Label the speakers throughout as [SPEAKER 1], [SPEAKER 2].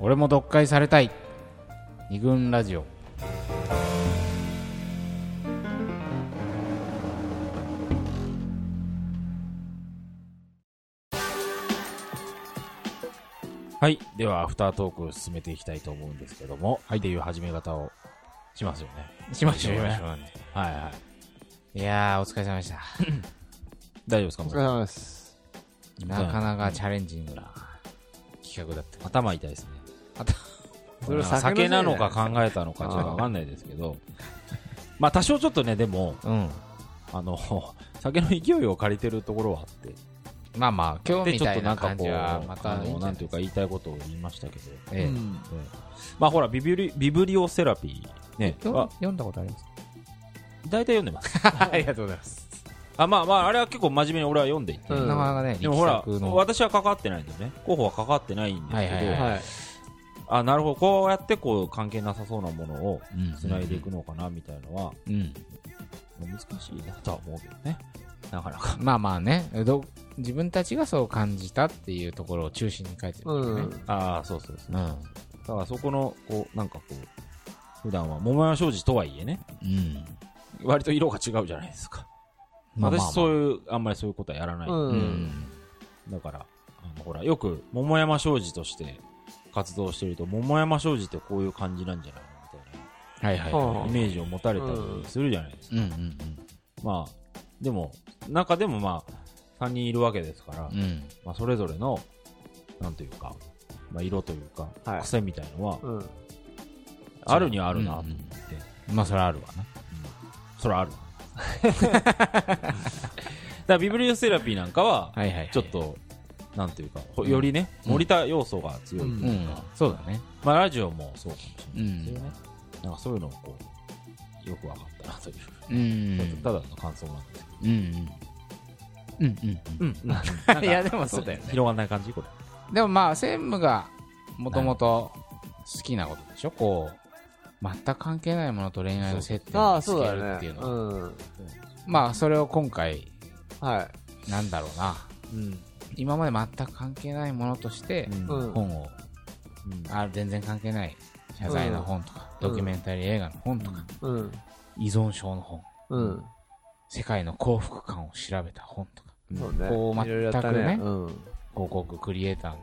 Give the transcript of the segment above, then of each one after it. [SPEAKER 1] 俺も読解されたい二軍ラジオはいではアフタートークを進めていきたいと思うんですけども、はい、っていう始め方をしますよねしましょうねはいはいいやーお疲れ様でした大丈夫ですか
[SPEAKER 2] お疲れ様です。
[SPEAKER 1] なかなかチャレンジングな企画だった。頭痛いですね。
[SPEAKER 2] それは
[SPEAKER 3] 酒な
[SPEAKER 2] 酒のせいじゃ
[SPEAKER 3] の
[SPEAKER 2] な
[SPEAKER 3] か
[SPEAKER 2] い
[SPEAKER 3] 考えたのかちょっとわかんないですけど、まあ多少ちょっとね、でも、
[SPEAKER 1] うん。
[SPEAKER 3] あの、 酒の勢いを借りてるところはあって、
[SPEAKER 1] まあまあ、今日
[SPEAKER 3] で、
[SPEAKER 1] み
[SPEAKER 3] ちょ
[SPEAKER 1] た
[SPEAKER 3] っと
[SPEAKER 1] い
[SPEAKER 3] な
[SPEAKER 1] なん
[SPEAKER 3] か
[SPEAKER 1] 感
[SPEAKER 3] こ
[SPEAKER 1] じ
[SPEAKER 3] う、
[SPEAKER 1] はまた
[SPEAKER 3] あ
[SPEAKER 1] いい
[SPEAKER 3] の
[SPEAKER 1] んじゃ
[SPEAKER 3] ないんていうか言いたいことを言いましたけど、
[SPEAKER 1] ええ
[SPEAKER 2] うん
[SPEAKER 3] まあほら、ビブリビブリオセラピーね、
[SPEAKER 1] 読
[SPEAKER 3] あ
[SPEAKER 1] 読んだことあります
[SPEAKER 3] 大体読んでます。
[SPEAKER 1] かありがとうございます。
[SPEAKER 3] あ、まあまあ、あれは結構真面目に俺は読んでいて、
[SPEAKER 2] う
[SPEAKER 1] なんかなかね、
[SPEAKER 3] でもほら、
[SPEAKER 1] 力作の
[SPEAKER 3] 私は関わってないんだよね。候補は関わってないんですけど、
[SPEAKER 1] はいはいはい
[SPEAKER 2] はい。
[SPEAKER 3] あ、なるほど、こうやってこう関係なさそうなものを
[SPEAKER 1] うん
[SPEAKER 3] 繋いでいくのかな、みたいのは、
[SPEAKER 1] うん。
[SPEAKER 3] 難しいなとは思うけどね。なかなか。
[SPEAKER 1] まあまあね、ど自分たちがそう感じたっていうところを中心に書いてるん
[SPEAKER 2] う
[SPEAKER 1] だよ
[SPEAKER 2] ん
[SPEAKER 1] ね。。
[SPEAKER 3] ああ、そうそうそ
[SPEAKER 1] う
[SPEAKER 3] う。
[SPEAKER 1] ん。うん。
[SPEAKER 3] だからそこの、こう、なんかこう、普段は桃山商事とはいえね、割と色が違うじゃないですか。私そう
[SPEAKER 1] いう。
[SPEAKER 3] いう、あんまりそういうことはやらない。
[SPEAKER 2] うん
[SPEAKER 1] うん。
[SPEAKER 3] だから、あの、ほら、よく桃山商事として活動してると、桃山商事ってこういう感じなんじゃないのみたい
[SPEAKER 1] はいはい
[SPEAKER 2] は
[SPEAKER 1] は
[SPEAKER 3] なイメージを持たれたりするじゃないですか。
[SPEAKER 1] い。うんうん
[SPEAKER 3] まあ、でも、中でもまあ、3人いるわけですから、
[SPEAKER 1] うん。うん。
[SPEAKER 3] まあ、それぞれの、なんというか、まあ、色というか、
[SPEAKER 2] はい
[SPEAKER 3] 癖みたいのは、
[SPEAKER 2] うん。
[SPEAKER 3] あるにはあるなと
[SPEAKER 1] うん
[SPEAKER 3] 思
[SPEAKER 1] う
[SPEAKER 3] っ
[SPEAKER 1] ん
[SPEAKER 3] て、
[SPEAKER 1] まあそれはあるわな。
[SPEAKER 3] それはある。 だからビブリオセラピーなんかは、
[SPEAKER 1] はいはいはい。
[SPEAKER 3] ちょっ。と、なんていうか、ほ
[SPEAKER 1] うん
[SPEAKER 3] よりね、
[SPEAKER 1] うん
[SPEAKER 3] 森田要素が強いと
[SPEAKER 1] う
[SPEAKER 3] いうんか、。
[SPEAKER 1] そうだね。
[SPEAKER 3] まあラジオもそうかもし
[SPEAKER 1] う
[SPEAKER 3] れないですよ
[SPEAKER 1] ん。
[SPEAKER 3] ね。なんかそういうのをこう、よく分かったなという、
[SPEAKER 1] うん。
[SPEAKER 3] ただの感想なんです
[SPEAKER 1] うんうん。うんうん
[SPEAKER 3] けど。
[SPEAKER 1] うん。いや、でも そうだよね。
[SPEAKER 3] 広がんない感じこれ。
[SPEAKER 1] でもまあ、専務がもともと好きなことでしょこう、全く関係ないものと恋愛の接点
[SPEAKER 2] あ
[SPEAKER 1] を
[SPEAKER 2] あ、
[SPEAKER 1] つ
[SPEAKER 2] そう
[SPEAKER 1] け
[SPEAKER 2] だ
[SPEAKER 1] るってい
[SPEAKER 2] ね。
[SPEAKER 1] うのは。
[SPEAKER 2] うん。
[SPEAKER 1] まあ、それを今回、
[SPEAKER 2] はい。
[SPEAKER 1] なんだろうな。
[SPEAKER 3] うん。
[SPEAKER 1] 今まで全く関係ないものとして、
[SPEAKER 3] うん
[SPEAKER 2] うん。うん。
[SPEAKER 1] 本を、あ全然関係ない謝罪の本とか、
[SPEAKER 2] うん
[SPEAKER 1] ドキュメンタリー映画の本とか、
[SPEAKER 2] うん。
[SPEAKER 1] 依存症の本、
[SPEAKER 2] うん。
[SPEAKER 1] 世界の幸福感を調べた本とか、
[SPEAKER 2] そうね。
[SPEAKER 1] こう
[SPEAKER 2] いろいろやった
[SPEAKER 1] 全くね
[SPEAKER 2] うん。
[SPEAKER 1] 広告クリエイターの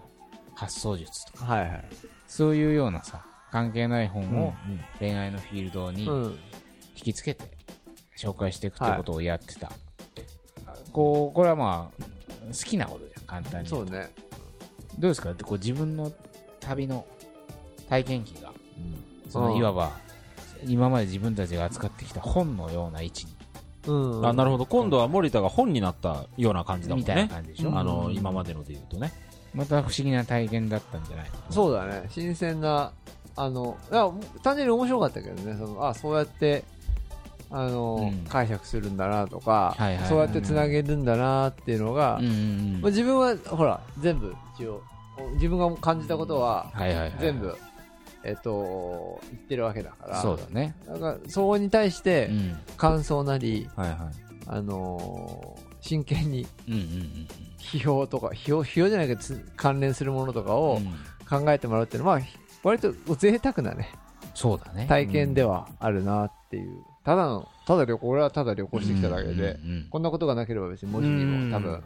[SPEAKER 1] 発想術とか、
[SPEAKER 2] はいはい。
[SPEAKER 1] そういうようなさ、関係ない
[SPEAKER 3] うん
[SPEAKER 1] 本を恋愛のフィールドに
[SPEAKER 2] うん。
[SPEAKER 1] 引きつけて紹介していくってことをやってた、こうこれはまあ好きなことじゃん簡単に言
[SPEAKER 2] そう
[SPEAKER 1] と
[SPEAKER 2] ね。
[SPEAKER 1] どうですかってこう自分の旅の体験記が
[SPEAKER 3] うん
[SPEAKER 1] その
[SPEAKER 2] うん
[SPEAKER 1] いわば今まで自分たちが扱ってきた本のような位置に
[SPEAKER 2] うん。
[SPEAKER 3] あな
[SPEAKER 2] る
[SPEAKER 3] るほど、今度は森田が本になったような感じだも
[SPEAKER 1] み
[SPEAKER 3] ん
[SPEAKER 1] たいな
[SPEAKER 3] ね。
[SPEAKER 1] 感じでしょ、
[SPEAKER 2] うん
[SPEAKER 3] あの、今までので言うとね。
[SPEAKER 1] また不思議な体験だったんじゃない
[SPEAKER 2] そうだね。新鮮な、あの、いや、単純に面白かったけどね。その、あ、そうやって、あの
[SPEAKER 1] うん、
[SPEAKER 2] 解釈するんだなとか
[SPEAKER 1] はいはい、
[SPEAKER 2] そうやって繋げるんだなっていうのが
[SPEAKER 1] うん、うん
[SPEAKER 2] ま
[SPEAKER 1] うん
[SPEAKER 2] あ自分は、ほら、全部、一応、自分が感じたことは、
[SPEAKER 1] はいはいはい
[SPEAKER 2] 全部、えっと、言ってるわけだから、
[SPEAKER 1] そうだね
[SPEAKER 2] だからそこに対し
[SPEAKER 1] う
[SPEAKER 2] て
[SPEAKER 1] ん
[SPEAKER 2] 感想なり、
[SPEAKER 3] はいはい。
[SPEAKER 2] あのー真剣に
[SPEAKER 1] うんうん
[SPEAKER 2] 批評とか、 批評、批評じゃないけど、つ関連するものと
[SPEAKER 1] う
[SPEAKER 2] か
[SPEAKER 1] んう
[SPEAKER 2] を
[SPEAKER 1] ん
[SPEAKER 2] 考えてもらうっていうのは、まあ、割と贅沢なね、
[SPEAKER 1] そうだね
[SPEAKER 2] 体験ではあるなっていう。ただの、ただ旅行、俺はただ旅行してきただけで、
[SPEAKER 1] うんうん
[SPEAKER 2] こんなことがなければ別に文字に
[SPEAKER 3] うん
[SPEAKER 2] も多分、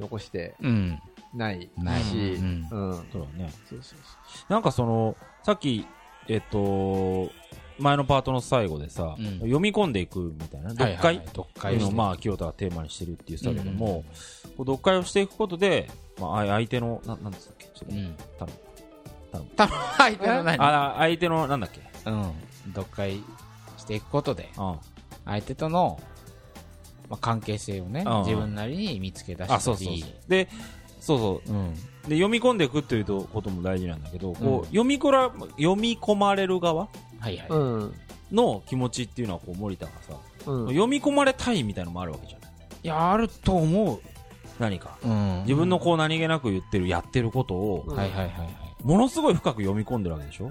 [SPEAKER 2] 残して
[SPEAKER 1] うん、
[SPEAKER 2] ないし、
[SPEAKER 1] うんないうん
[SPEAKER 2] うん。
[SPEAKER 3] そうだね。
[SPEAKER 2] そうそう
[SPEAKER 3] なんかその、さっき、えっと、前のパートの最後でさ、
[SPEAKER 1] うん
[SPEAKER 3] 読み込んでいくみたいな、
[SPEAKER 1] は
[SPEAKER 3] 読
[SPEAKER 1] いはい
[SPEAKER 3] 解
[SPEAKER 1] はい読
[SPEAKER 3] ってい
[SPEAKER 1] 解
[SPEAKER 3] うのを、
[SPEAKER 1] ま
[SPEAKER 3] まあ、清田がテーマにしてるって言ってたけども、こう読解をしていくことで、まあ、あ相手の、ななんつったっけちょっ
[SPEAKER 1] あ、う
[SPEAKER 3] と、
[SPEAKER 1] ん、
[SPEAKER 3] 頼む
[SPEAKER 1] 多分相手の何
[SPEAKER 3] あ、相手の、なんだっけ
[SPEAKER 1] うん、読解していくことで
[SPEAKER 3] うん。
[SPEAKER 1] 相手との、まあ、関係性をね
[SPEAKER 3] うん
[SPEAKER 1] 自分なりに見つけ出したり
[SPEAKER 3] あ、そうそうそう。で、そうそう。
[SPEAKER 1] うん
[SPEAKER 3] で、読み込んでいくっていうことも大事なんだけど、
[SPEAKER 1] うん
[SPEAKER 3] こう、読みこら、読み込まれる側
[SPEAKER 1] はいはい、
[SPEAKER 2] うん。
[SPEAKER 3] の気持ちっていうのは、こう、森田がさ、
[SPEAKER 2] うん。
[SPEAKER 3] 読み込まれたいみたいのもあるわけじゃない
[SPEAKER 1] いやあると思う、
[SPEAKER 3] 何か。
[SPEAKER 1] うん、
[SPEAKER 3] 自分のこう何気なく言ってる、やってること
[SPEAKER 2] う
[SPEAKER 3] を、
[SPEAKER 2] ん
[SPEAKER 1] はいはいはいは
[SPEAKER 3] ものすごい深く読み込んでるわけでしょ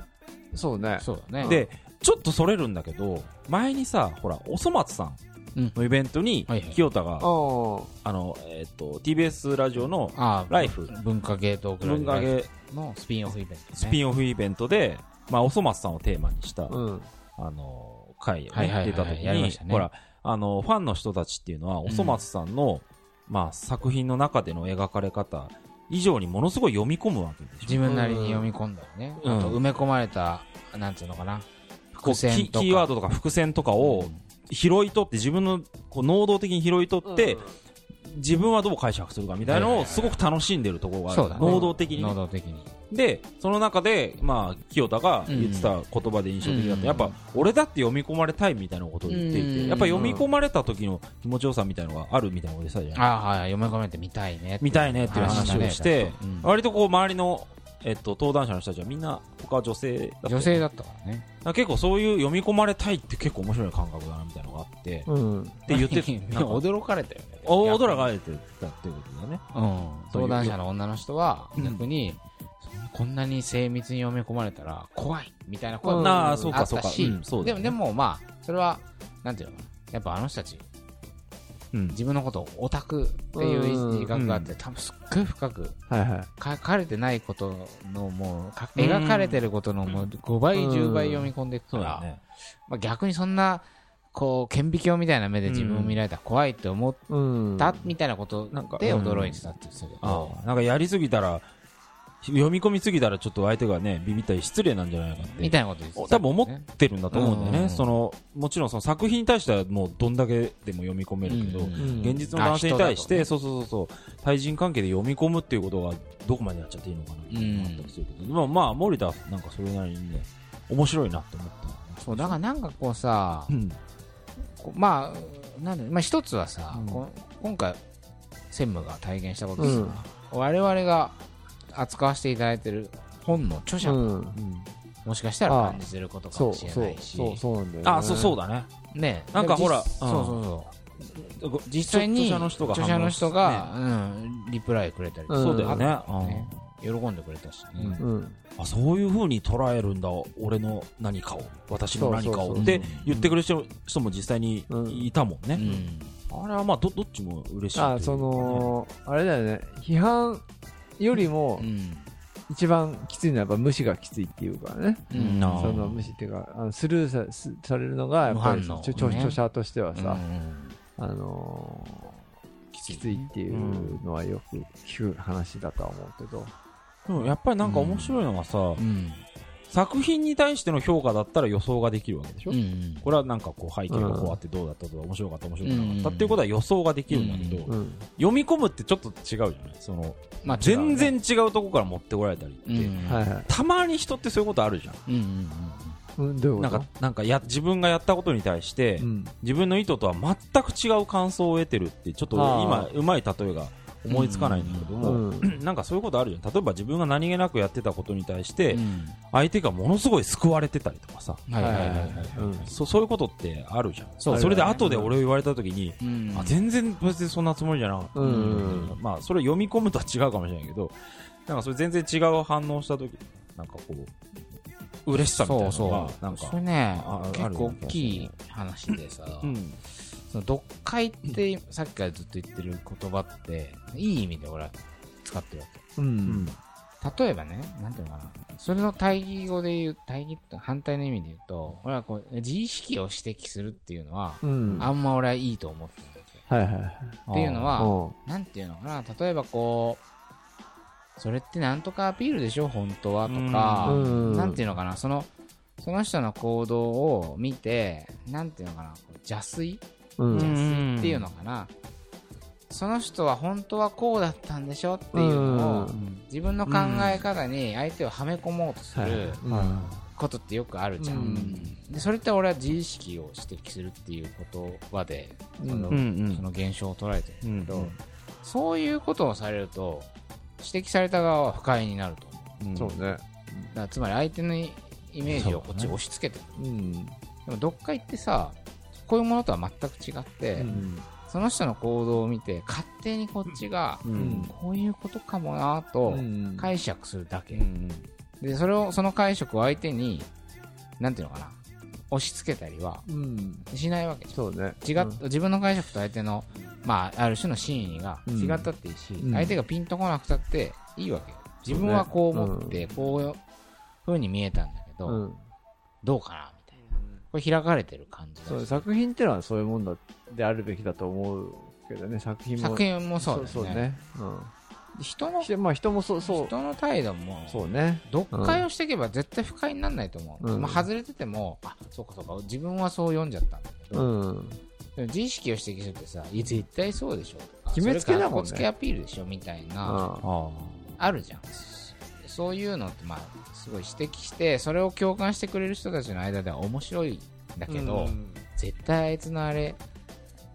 [SPEAKER 2] そうね
[SPEAKER 1] い。そうだね
[SPEAKER 3] で、ちょっとそれるんだけど、前にさ、ほら、おそ松さん、
[SPEAKER 1] ううん
[SPEAKER 3] のイベントに
[SPEAKER 1] はいはい、
[SPEAKER 3] 清田が、
[SPEAKER 2] あ
[SPEAKER 3] あの、えっと、TBS ラジオの
[SPEAKER 1] あ
[SPEAKER 3] ライフ、
[SPEAKER 1] 文化系トークライ
[SPEAKER 3] 文
[SPEAKER 1] ブ
[SPEAKER 3] 化系
[SPEAKER 1] のスピンオフイベント、ね。
[SPEAKER 3] スピ
[SPEAKER 1] ン
[SPEAKER 3] ンオフイベントで、まあ、おそ松さんをテーマにした、
[SPEAKER 2] あ。うん。
[SPEAKER 3] あの、会を
[SPEAKER 1] はいはいは
[SPEAKER 3] ね
[SPEAKER 1] い
[SPEAKER 3] 出た時
[SPEAKER 1] やりま
[SPEAKER 3] に
[SPEAKER 1] した、ね
[SPEAKER 3] ほら、あの、ファンの人たちっていうのは、おそ松さんの、まあ、作品の中での描かれ方以上にものすごい読み込むわけでしょ。
[SPEAKER 1] 自分なりに読み込んだよね。
[SPEAKER 3] うん
[SPEAKER 1] あと埋め込まれた、なんていうのかな。
[SPEAKER 3] こ
[SPEAKER 1] 伏
[SPEAKER 3] うキ
[SPEAKER 1] 線
[SPEAKER 3] ー
[SPEAKER 1] とか。
[SPEAKER 3] キーワードとか伏線とかを拾い取って自分のこう能動的に拾い取って、自分はどう解釈するかみたいなのをすごく楽しんでるところがある、
[SPEAKER 1] そうだね
[SPEAKER 3] 能動的に
[SPEAKER 1] 能動的に。
[SPEAKER 3] でその中で、まあ、清田が言ってた言葉で印象的だった、
[SPEAKER 1] うん
[SPEAKER 3] やっぱ俺だって読み込まれたいみたいなことを言っていて、
[SPEAKER 1] うん
[SPEAKER 3] やっぱ読み込まれた時の気持ちよさみたいのがあるみたいなことでしたじゃない、
[SPEAKER 1] ああ、はい、読み込めて見たいねって。
[SPEAKER 3] 見たいねっていう話をして、
[SPEAKER 1] うん
[SPEAKER 3] 割とこう周りの、えっと、登壇者の人たちはみんな他女性だったよね
[SPEAKER 1] 女性だったからね。
[SPEAKER 3] なんか結構そういう読み込まれたいって結構面白い感覚だなみたいなのがあって、
[SPEAKER 2] うん。
[SPEAKER 3] って言って なんか
[SPEAKER 1] 驚かれたよね。
[SPEAKER 3] お驚かれてたっていうことだよね
[SPEAKER 1] うん、
[SPEAKER 3] そ
[SPEAKER 1] 相
[SPEAKER 3] ういう
[SPEAKER 1] 談者の女の人は
[SPEAKER 3] うん
[SPEAKER 1] 逆に、こんなに精密に読み込まれたら怖いみたいな声
[SPEAKER 2] うん
[SPEAKER 1] も
[SPEAKER 3] あ
[SPEAKER 1] あ
[SPEAKER 3] あそうか
[SPEAKER 1] っ
[SPEAKER 3] そう
[SPEAKER 1] た
[SPEAKER 3] か
[SPEAKER 1] し、
[SPEAKER 3] うんそうだ
[SPEAKER 1] で
[SPEAKER 3] よ
[SPEAKER 1] も
[SPEAKER 3] ね
[SPEAKER 1] でもまあそれはなんていうのかなやっぱあの人たち
[SPEAKER 3] うん
[SPEAKER 1] 自分のことをオタクっていう
[SPEAKER 2] うん
[SPEAKER 1] 自覚があって、多分すっごい深く
[SPEAKER 2] はいはい。
[SPEAKER 1] 書かれてないことのもうか
[SPEAKER 3] うん
[SPEAKER 1] 描かれてることのもう5倍
[SPEAKER 2] うん
[SPEAKER 1] 10倍読み込んでいくか
[SPEAKER 3] そう
[SPEAKER 1] ら
[SPEAKER 3] だ、ね
[SPEAKER 1] まあ、逆にそんなこう顕微鏡みたいな目で自分を見られたら怖いって思っ
[SPEAKER 2] うん。
[SPEAKER 1] たみたいなこと
[SPEAKER 3] なんか
[SPEAKER 1] で驚いてたって言ってたけ
[SPEAKER 3] あ
[SPEAKER 1] ど、
[SPEAKER 3] あなんかやりすぎたら読み込みすぎたらちょっと相手がねビビったり失礼なんじゃないかって
[SPEAKER 1] みたいなこと言ってた、
[SPEAKER 3] 多分思ってるんだと思うんだよね、
[SPEAKER 1] うん
[SPEAKER 3] そのもちろんその作品に対してはもうどんだけでも読み込めるけど、
[SPEAKER 1] うん
[SPEAKER 2] うん
[SPEAKER 3] 現実の男性に対し
[SPEAKER 1] あ
[SPEAKER 3] て、そうそうそうそう対人関係で読み込むっていうことがどこまでやっちゃっていいのかなみたいなのがあったりするけど、でもまあ森田なんかそれなりにね面白いなって思ったよね
[SPEAKER 1] そうだからなんかこうさ、
[SPEAKER 3] うん
[SPEAKER 1] こうまあなんだろうまあ一つはさ、
[SPEAKER 3] うん
[SPEAKER 1] こ今回専務が体験したこと
[SPEAKER 2] う
[SPEAKER 1] です、
[SPEAKER 2] ん。
[SPEAKER 1] 我々が扱わせていただいてる本の著者、
[SPEAKER 2] うん。
[SPEAKER 3] うん
[SPEAKER 1] もしかしたら感じてることか
[SPEAKER 2] そ
[SPEAKER 1] も
[SPEAKER 2] う
[SPEAKER 1] しれ
[SPEAKER 2] そ
[SPEAKER 1] な
[SPEAKER 2] う
[SPEAKER 1] いし
[SPEAKER 2] そうそうなんだよ、ね。
[SPEAKER 3] あそうそう
[SPEAKER 2] だ。
[SPEAKER 3] だね
[SPEAKER 1] ね
[SPEAKER 3] なんかほら
[SPEAKER 1] でも実そう
[SPEAKER 3] うん
[SPEAKER 1] そうそう実際に
[SPEAKER 3] 著者の人が反応
[SPEAKER 1] 著者の人がうん、リプライくれたりとか
[SPEAKER 2] うん
[SPEAKER 3] そうだよね、
[SPEAKER 1] ね喜んでくれたしね、
[SPEAKER 3] うん
[SPEAKER 2] うん。
[SPEAKER 3] あそういう風に捉えるんだ俺の何かを私の何か
[SPEAKER 2] そうそう
[SPEAKER 3] を
[SPEAKER 2] そう
[SPEAKER 3] って言ってくれる人人も実際に
[SPEAKER 2] うん
[SPEAKER 3] いたもん
[SPEAKER 1] う
[SPEAKER 3] ね、
[SPEAKER 1] ん
[SPEAKER 3] あれはまあどどっちも嬉しいというかね
[SPEAKER 2] あ、その、あれだよね。批判よりも
[SPEAKER 1] う、ん
[SPEAKER 2] 一番きついのはやっぱ無視がきついっていうからね。
[SPEAKER 1] うん
[SPEAKER 3] なあ
[SPEAKER 2] その無視っていうか、あのスルーさすされるのが、やっぱり
[SPEAKER 1] 無反応
[SPEAKER 2] 著著
[SPEAKER 1] ね
[SPEAKER 2] 著者としては
[SPEAKER 1] う
[SPEAKER 2] さ、
[SPEAKER 1] ん
[SPEAKER 2] あのー
[SPEAKER 1] き
[SPEAKER 2] きついっていうのはよく聞く話だとは思うけど。
[SPEAKER 3] でもやっぱりなんか面白いのがさ、
[SPEAKER 1] うん
[SPEAKER 3] 作品に対しての評価だったら予想ができるわけでしょ、
[SPEAKER 1] うん
[SPEAKER 3] これはなんかこう背景がこうあってどうだったとか面白かった面白くなかった
[SPEAKER 1] うん
[SPEAKER 3] っていうことは予想ができるんだけど、
[SPEAKER 1] う
[SPEAKER 2] うん。
[SPEAKER 3] 読み込むってちょっと違うじゃないその
[SPEAKER 1] まあ、
[SPEAKER 3] 全然違うとこから持ってこられたりって、
[SPEAKER 1] 違うね、うん
[SPEAKER 2] はいはい。
[SPEAKER 3] たまに人ってそういうことあるじゃん
[SPEAKER 1] うんうんうん
[SPEAKER 2] うん、どういうこ
[SPEAKER 3] なん
[SPEAKER 2] と
[SPEAKER 3] かなんかや自分がやったことに対して、
[SPEAKER 2] うん。
[SPEAKER 3] 自分の意図とは全く違う感想を得てるってちょっと今
[SPEAKER 2] あ
[SPEAKER 3] うまい例えが思いつかないんだけども、
[SPEAKER 2] うん。
[SPEAKER 3] なんかそういうことあるじゃん例えば自分が何気なくやってたことに対して
[SPEAKER 1] うん
[SPEAKER 3] 相手がものすごい救われてたりとかさ
[SPEAKER 1] はいはいはいはい
[SPEAKER 2] うん
[SPEAKER 3] そそういうことってあるじゃん
[SPEAKER 1] そう
[SPEAKER 3] それで後で俺を言われた時に、
[SPEAKER 1] うん
[SPEAKER 3] あ全然別にそんなつもりじゃなかった、
[SPEAKER 2] うん
[SPEAKER 3] まあそれを読み込むとは違うかもしれないけどなんかそれ全然違う反応した時なんかこう嬉しさみたいな
[SPEAKER 1] そ
[SPEAKER 3] の
[SPEAKER 1] う
[SPEAKER 3] が
[SPEAKER 1] そう
[SPEAKER 3] なん
[SPEAKER 1] それ
[SPEAKER 3] か、
[SPEAKER 1] ね
[SPEAKER 3] あある
[SPEAKER 1] 結構大きい話でさ、
[SPEAKER 3] うん、
[SPEAKER 1] その読解ってさっきからずっと言ってる言葉っていい意味で俺は使ってるわ
[SPEAKER 2] う。
[SPEAKER 3] うんん
[SPEAKER 1] け例えばねなんていうのかなそれの対義語で言う対義って反対の意味で言うと俺はこう自意識を指摘するっていうのは、
[SPEAKER 2] うん。
[SPEAKER 1] あんま俺はいいと思ってない
[SPEAKER 2] はいはい。
[SPEAKER 1] っていうのは、
[SPEAKER 2] うん
[SPEAKER 1] なんていうのかな、例えばこう、それってなんとかアピールでしょ、本当はとか、
[SPEAKER 2] うん
[SPEAKER 1] なんていうのかな、その、その人の行動を見て、なんていうのかな、こう邪推っ
[SPEAKER 2] うん。
[SPEAKER 1] ていうのかな、その人は本当はこうだったんでしょっていうのを、
[SPEAKER 3] うん
[SPEAKER 1] 自分の考え方に相手をはめ込もうとす
[SPEAKER 2] はい
[SPEAKER 1] る
[SPEAKER 2] うん
[SPEAKER 1] ことってよくあるじゃん。
[SPEAKER 2] うん
[SPEAKER 1] でそれって俺は自意識を指摘するっていう言葉で、その,、
[SPEAKER 2] うん
[SPEAKER 1] その現象を捉えてる
[SPEAKER 3] うん
[SPEAKER 1] けど、そういうことをされると指摘された側は不快になると思う
[SPEAKER 3] うん
[SPEAKER 2] そうね。
[SPEAKER 1] だからつまり相手のイメージをこっちに押し付けてる、
[SPEAKER 2] うん。
[SPEAKER 1] でも読解ってさこういうものとは全く違って、
[SPEAKER 2] うん
[SPEAKER 1] その人の行動を見て勝手にこっちが、
[SPEAKER 3] うん
[SPEAKER 1] こういうことかもなぁと
[SPEAKER 2] うん
[SPEAKER 1] 解釈するだけ、
[SPEAKER 3] うん
[SPEAKER 1] でそれをその解釈を相手になんていうのかな押し付けたりは
[SPEAKER 2] うん。
[SPEAKER 1] しないわけじ
[SPEAKER 2] そうね。
[SPEAKER 1] ゃん違っ、自分の解釈と相手の、まあ、ある種の真意が違ったっていいし、
[SPEAKER 2] うん
[SPEAKER 1] 相手がピンとこなくたっていいわけよ自分はこう思って、こういう風に見えたんだけ
[SPEAKER 2] う
[SPEAKER 1] ど、
[SPEAKER 2] ん。うん。
[SPEAKER 1] どうかなみたいなこれ開かれてる感じだし
[SPEAKER 2] そう作品ってのはそういうもんだであるべきだと思うけどね、作品も。
[SPEAKER 1] 作品もそうだよね
[SPEAKER 2] そうね。うん。
[SPEAKER 1] 人の
[SPEAKER 2] してまあ人もそう、そう、
[SPEAKER 1] 人の態度も
[SPEAKER 2] そうね。
[SPEAKER 1] 読解をしていけば絶対不快にならないと思う、
[SPEAKER 2] うん
[SPEAKER 1] まあ、外れててもあそうかそうか自分はそう読んじゃったんだけ
[SPEAKER 2] う
[SPEAKER 1] ど、
[SPEAKER 2] ん。
[SPEAKER 1] でも自意識を指摘するってさいや絶対そうでしょとか
[SPEAKER 2] 決めつけだ
[SPEAKER 1] それ
[SPEAKER 2] もんね
[SPEAKER 1] からこつけアピールでしょみたいな、
[SPEAKER 2] あ
[SPEAKER 3] あ
[SPEAKER 1] あるじゃんそういうのってまあすごい指摘してそれを共感してくれる人たちの間では面白いんだけど、絶対あいつのあれ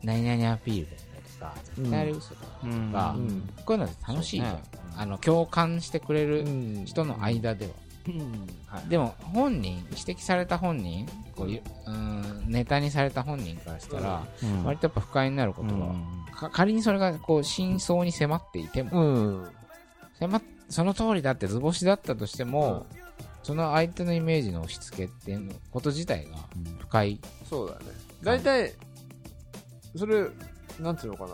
[SPEAKER 1] 何々アピールだよねとか絶対あれ嘘だよねとか、
[SPEAKER 2] うん。
[SPEAKER 1] こういうのって楽しいじゃん、
[SPEAKER 3] そうね
[SPEAKER 1] あの共感してくれる
[SPEAKER 2] ん
[SPEAKER 1] 人の間では、
[SPEAKER 3] あ。はい。
[SPEAKER 1] でも本人指摘された本人こういううーんネタにされた本人からしたら、
[SPEAKER 3] うん
[SPEAKER 1] 割とやっぱ不快になることが、か仮にそれがこう真相に迫っていても、
[SPEAKER 2] うん。
[SPEAKER 1] 迫っその通りだって図星だったとしても、その相手のイメージの押し付けっていうのこと自体が
[SPEAKER 3] うん
[SPEAKER 1] 不快、
[SPEAKER 2] そうだね。大体、それ、なんつうのかな。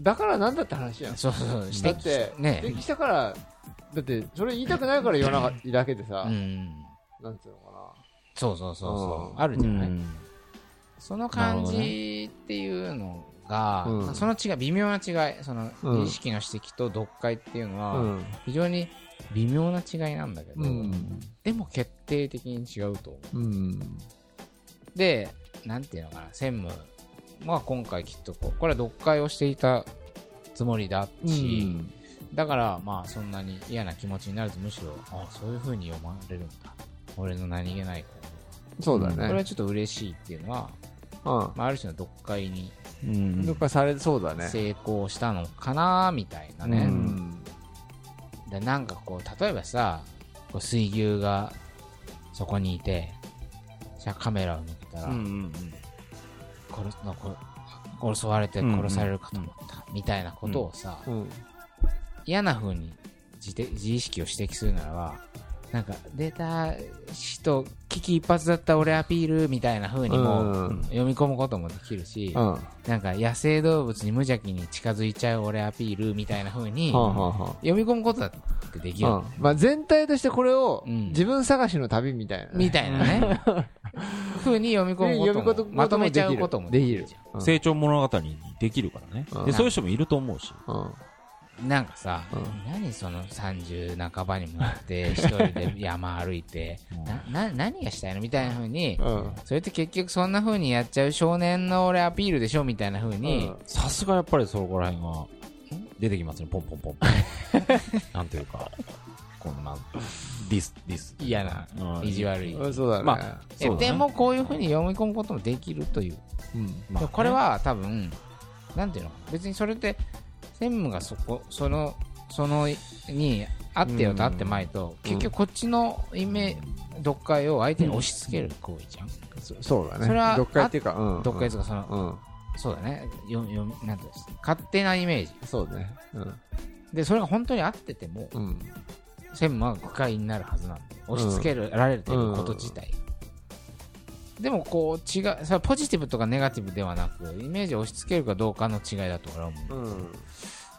[SPEAKER 2] だからなんだって話やん。
[SPEAKER 1] そうそう指
[SPEAKER 2] だ
[SPEAKER 1] 摘
[SPEAKER 2] って、
[SPEAKER 1] ね
[SPEAKER 2] できたから、だって、それ言いたくないから言わなかっただけでさ、
[SPEAKER 1] うん
[SPEAKER 2] なんつうのか
[SPEAKER 1] そうそうそうそう、
[SPEAKER 2] うん
[SPEAKER 1] あるじゃない、
[SPEAKER 3] うん
[SPEAKER 1] その感
[SPEAKER 3] なるほど
[SPEAKER 1] じっていうのが、
[SPEAKER 2] うん
[SPEAKER 1] その違い微妙な違いその
[SPEAKER 2] うん
[SPEAKER 1] 自意識の指摘と読解っていうのは、
[SPEAKER 2] な。ん。
[SPEAKER 1] 非常に微妙な違いなんだけど、
[SPEAKER 2] うん。
[SPEAKER 1] でも決定的に違うと思
[SPEAKER 2] うん。
[SPEAKER 1] うでなんていうのかな専務は今回きっとこうこれは読解をしていたつもりだし、だからまあそんなに嫌な気持ちになるとむしろあそういう風に読まれるんだ俺の何気ない行
[SPEAKER 2] そうだ
[SPEAKER 1] 動これ
[SPEAKER 2] ね。
[SPEAKER 1] はちょっと嬉しいっていうのは、
[SPEAKER 2] うん。
[SPEAKER 1] まあ、ある種の読解に
[SPEAKER 3] うん
[SPEAKER 2] どっかされそうだね。
[SPEAKER 1] 成功したのかなみたいな
[SPEAKER 2] う
[SPEAKER 1] ね、
[SPEAKER 2] ん。
[SPEAKER 1] でなんかこう例えばさこう水牛がそこにいてじゃあカメラを向けたら、
[SPEAKER 3] うん
[SPEAKER 1] 殺すのこ殺われて
[SPEAKER 3] うんうん
[SPEAKER 1] 殺されるかと思った、みたいなことをさ、
[SPEAKER 2] うん。
[SPEAKER 1] 嫌な風に自て自意識を指摘するならばなんか出た人危機一髪だった俺アピールみたいな風にも、
[SPEAKER 2] うん
[SPEAKER 1] 読み込むこともできるし、
[SPEAKER 2] うん。は
[SPEAKER 1] なんか野生動物に無邪気に近づいちゃう俺アピールみたいな風に
[SPEAKER 2] あはあはあ。
[SPEAKER 1] 読み込むことだってできる、
[SPEAKER 2] うんまあ、全体としてこれを
[SPEAKER 1] うん
[SPEAKER 2] 自分探しの旅みたいなね、
[SPEAKER 1] みたいなね。ふうに読み込む
[SPEAKER 2] 読み
[SPEAKER 1] こ
[SPEAKER 2] 込むことと
[SPEAKER 1] も
[SPEAKER 2] も
[SPEAKER 1] まとめちゃうことも
[SPEAKER 2] できる
[SPEAKER 1] じ
[SPEAKER 2] うん
[SPEAKER 3] 成長物語にできるからね
[SPEAKER 2] う。ん
[SPEAKER 3] で、そういう人もいると思うし。
[SPEAKER 2] うん
[SPEAKER 1] ゃんなんかさ、
[SPEAKER 2] うん
[SPEAKER 1] 何その30半ばにもな って、一人で山歩いて、な、な、何がしたいのみたいなふうに、
[SPEAKER 2] うん
[SPEAKER 1] それって結局そんなふうにやっちゃう少年の俺アピールでしょみたいなふうに、
[SPEAKER 3] さすがやっぱりそこら辺が出てきますね、ポンポンポン ポン。なんていうか、こんな、ディス、ディス。
[SPEAKER 1] 嫌な
[SPEAKER 3] うん
[SPEAKER 1] 意地悪い。
[SPEAKER 2] うんそうだね、
[SPEAKER 3] ま
[SPEAKER 1] え
[SPEAKER 3] そうだね
[SPEAKER 1] でもこういうふうに読み込むこともできるという。
[SPEAKER 2] うん
[SPEAKER 3] まあ
[SPEAKER 1] でもこれは多分、なんていうの別にそれって、専務がそこ、その、その、に、あってよとあってまいと、
[SPEAKER 2] うん
[SPEAKER 1] 結局こっちのイメ読解を相手に押し付ける行為じゃん。
[SPEAKER 2] そそうだね
[SPEAKER 1] それは
[SPEAKER 2] 読解っていうか、うん、
[SPEAKER 1] 読解とか、その、
[SPEAKER 2] うん
[SPEAKER 1] そうだね、読み、読み、なんていうの勝手なイメージ。
[SPEAKER 2] そうねうん
[SPEAKER 1] で、それが本当に合ってても、
[SPEAKER 2] うん
[SPEAKER 1] 専務は不快になるはずなんで、押し付けられてること自体。でもこう違うそれはポジティブとかネガティブではなくイメージを押し付けるかどうかの違いだと俺は思う
[SPEAKER 2] うん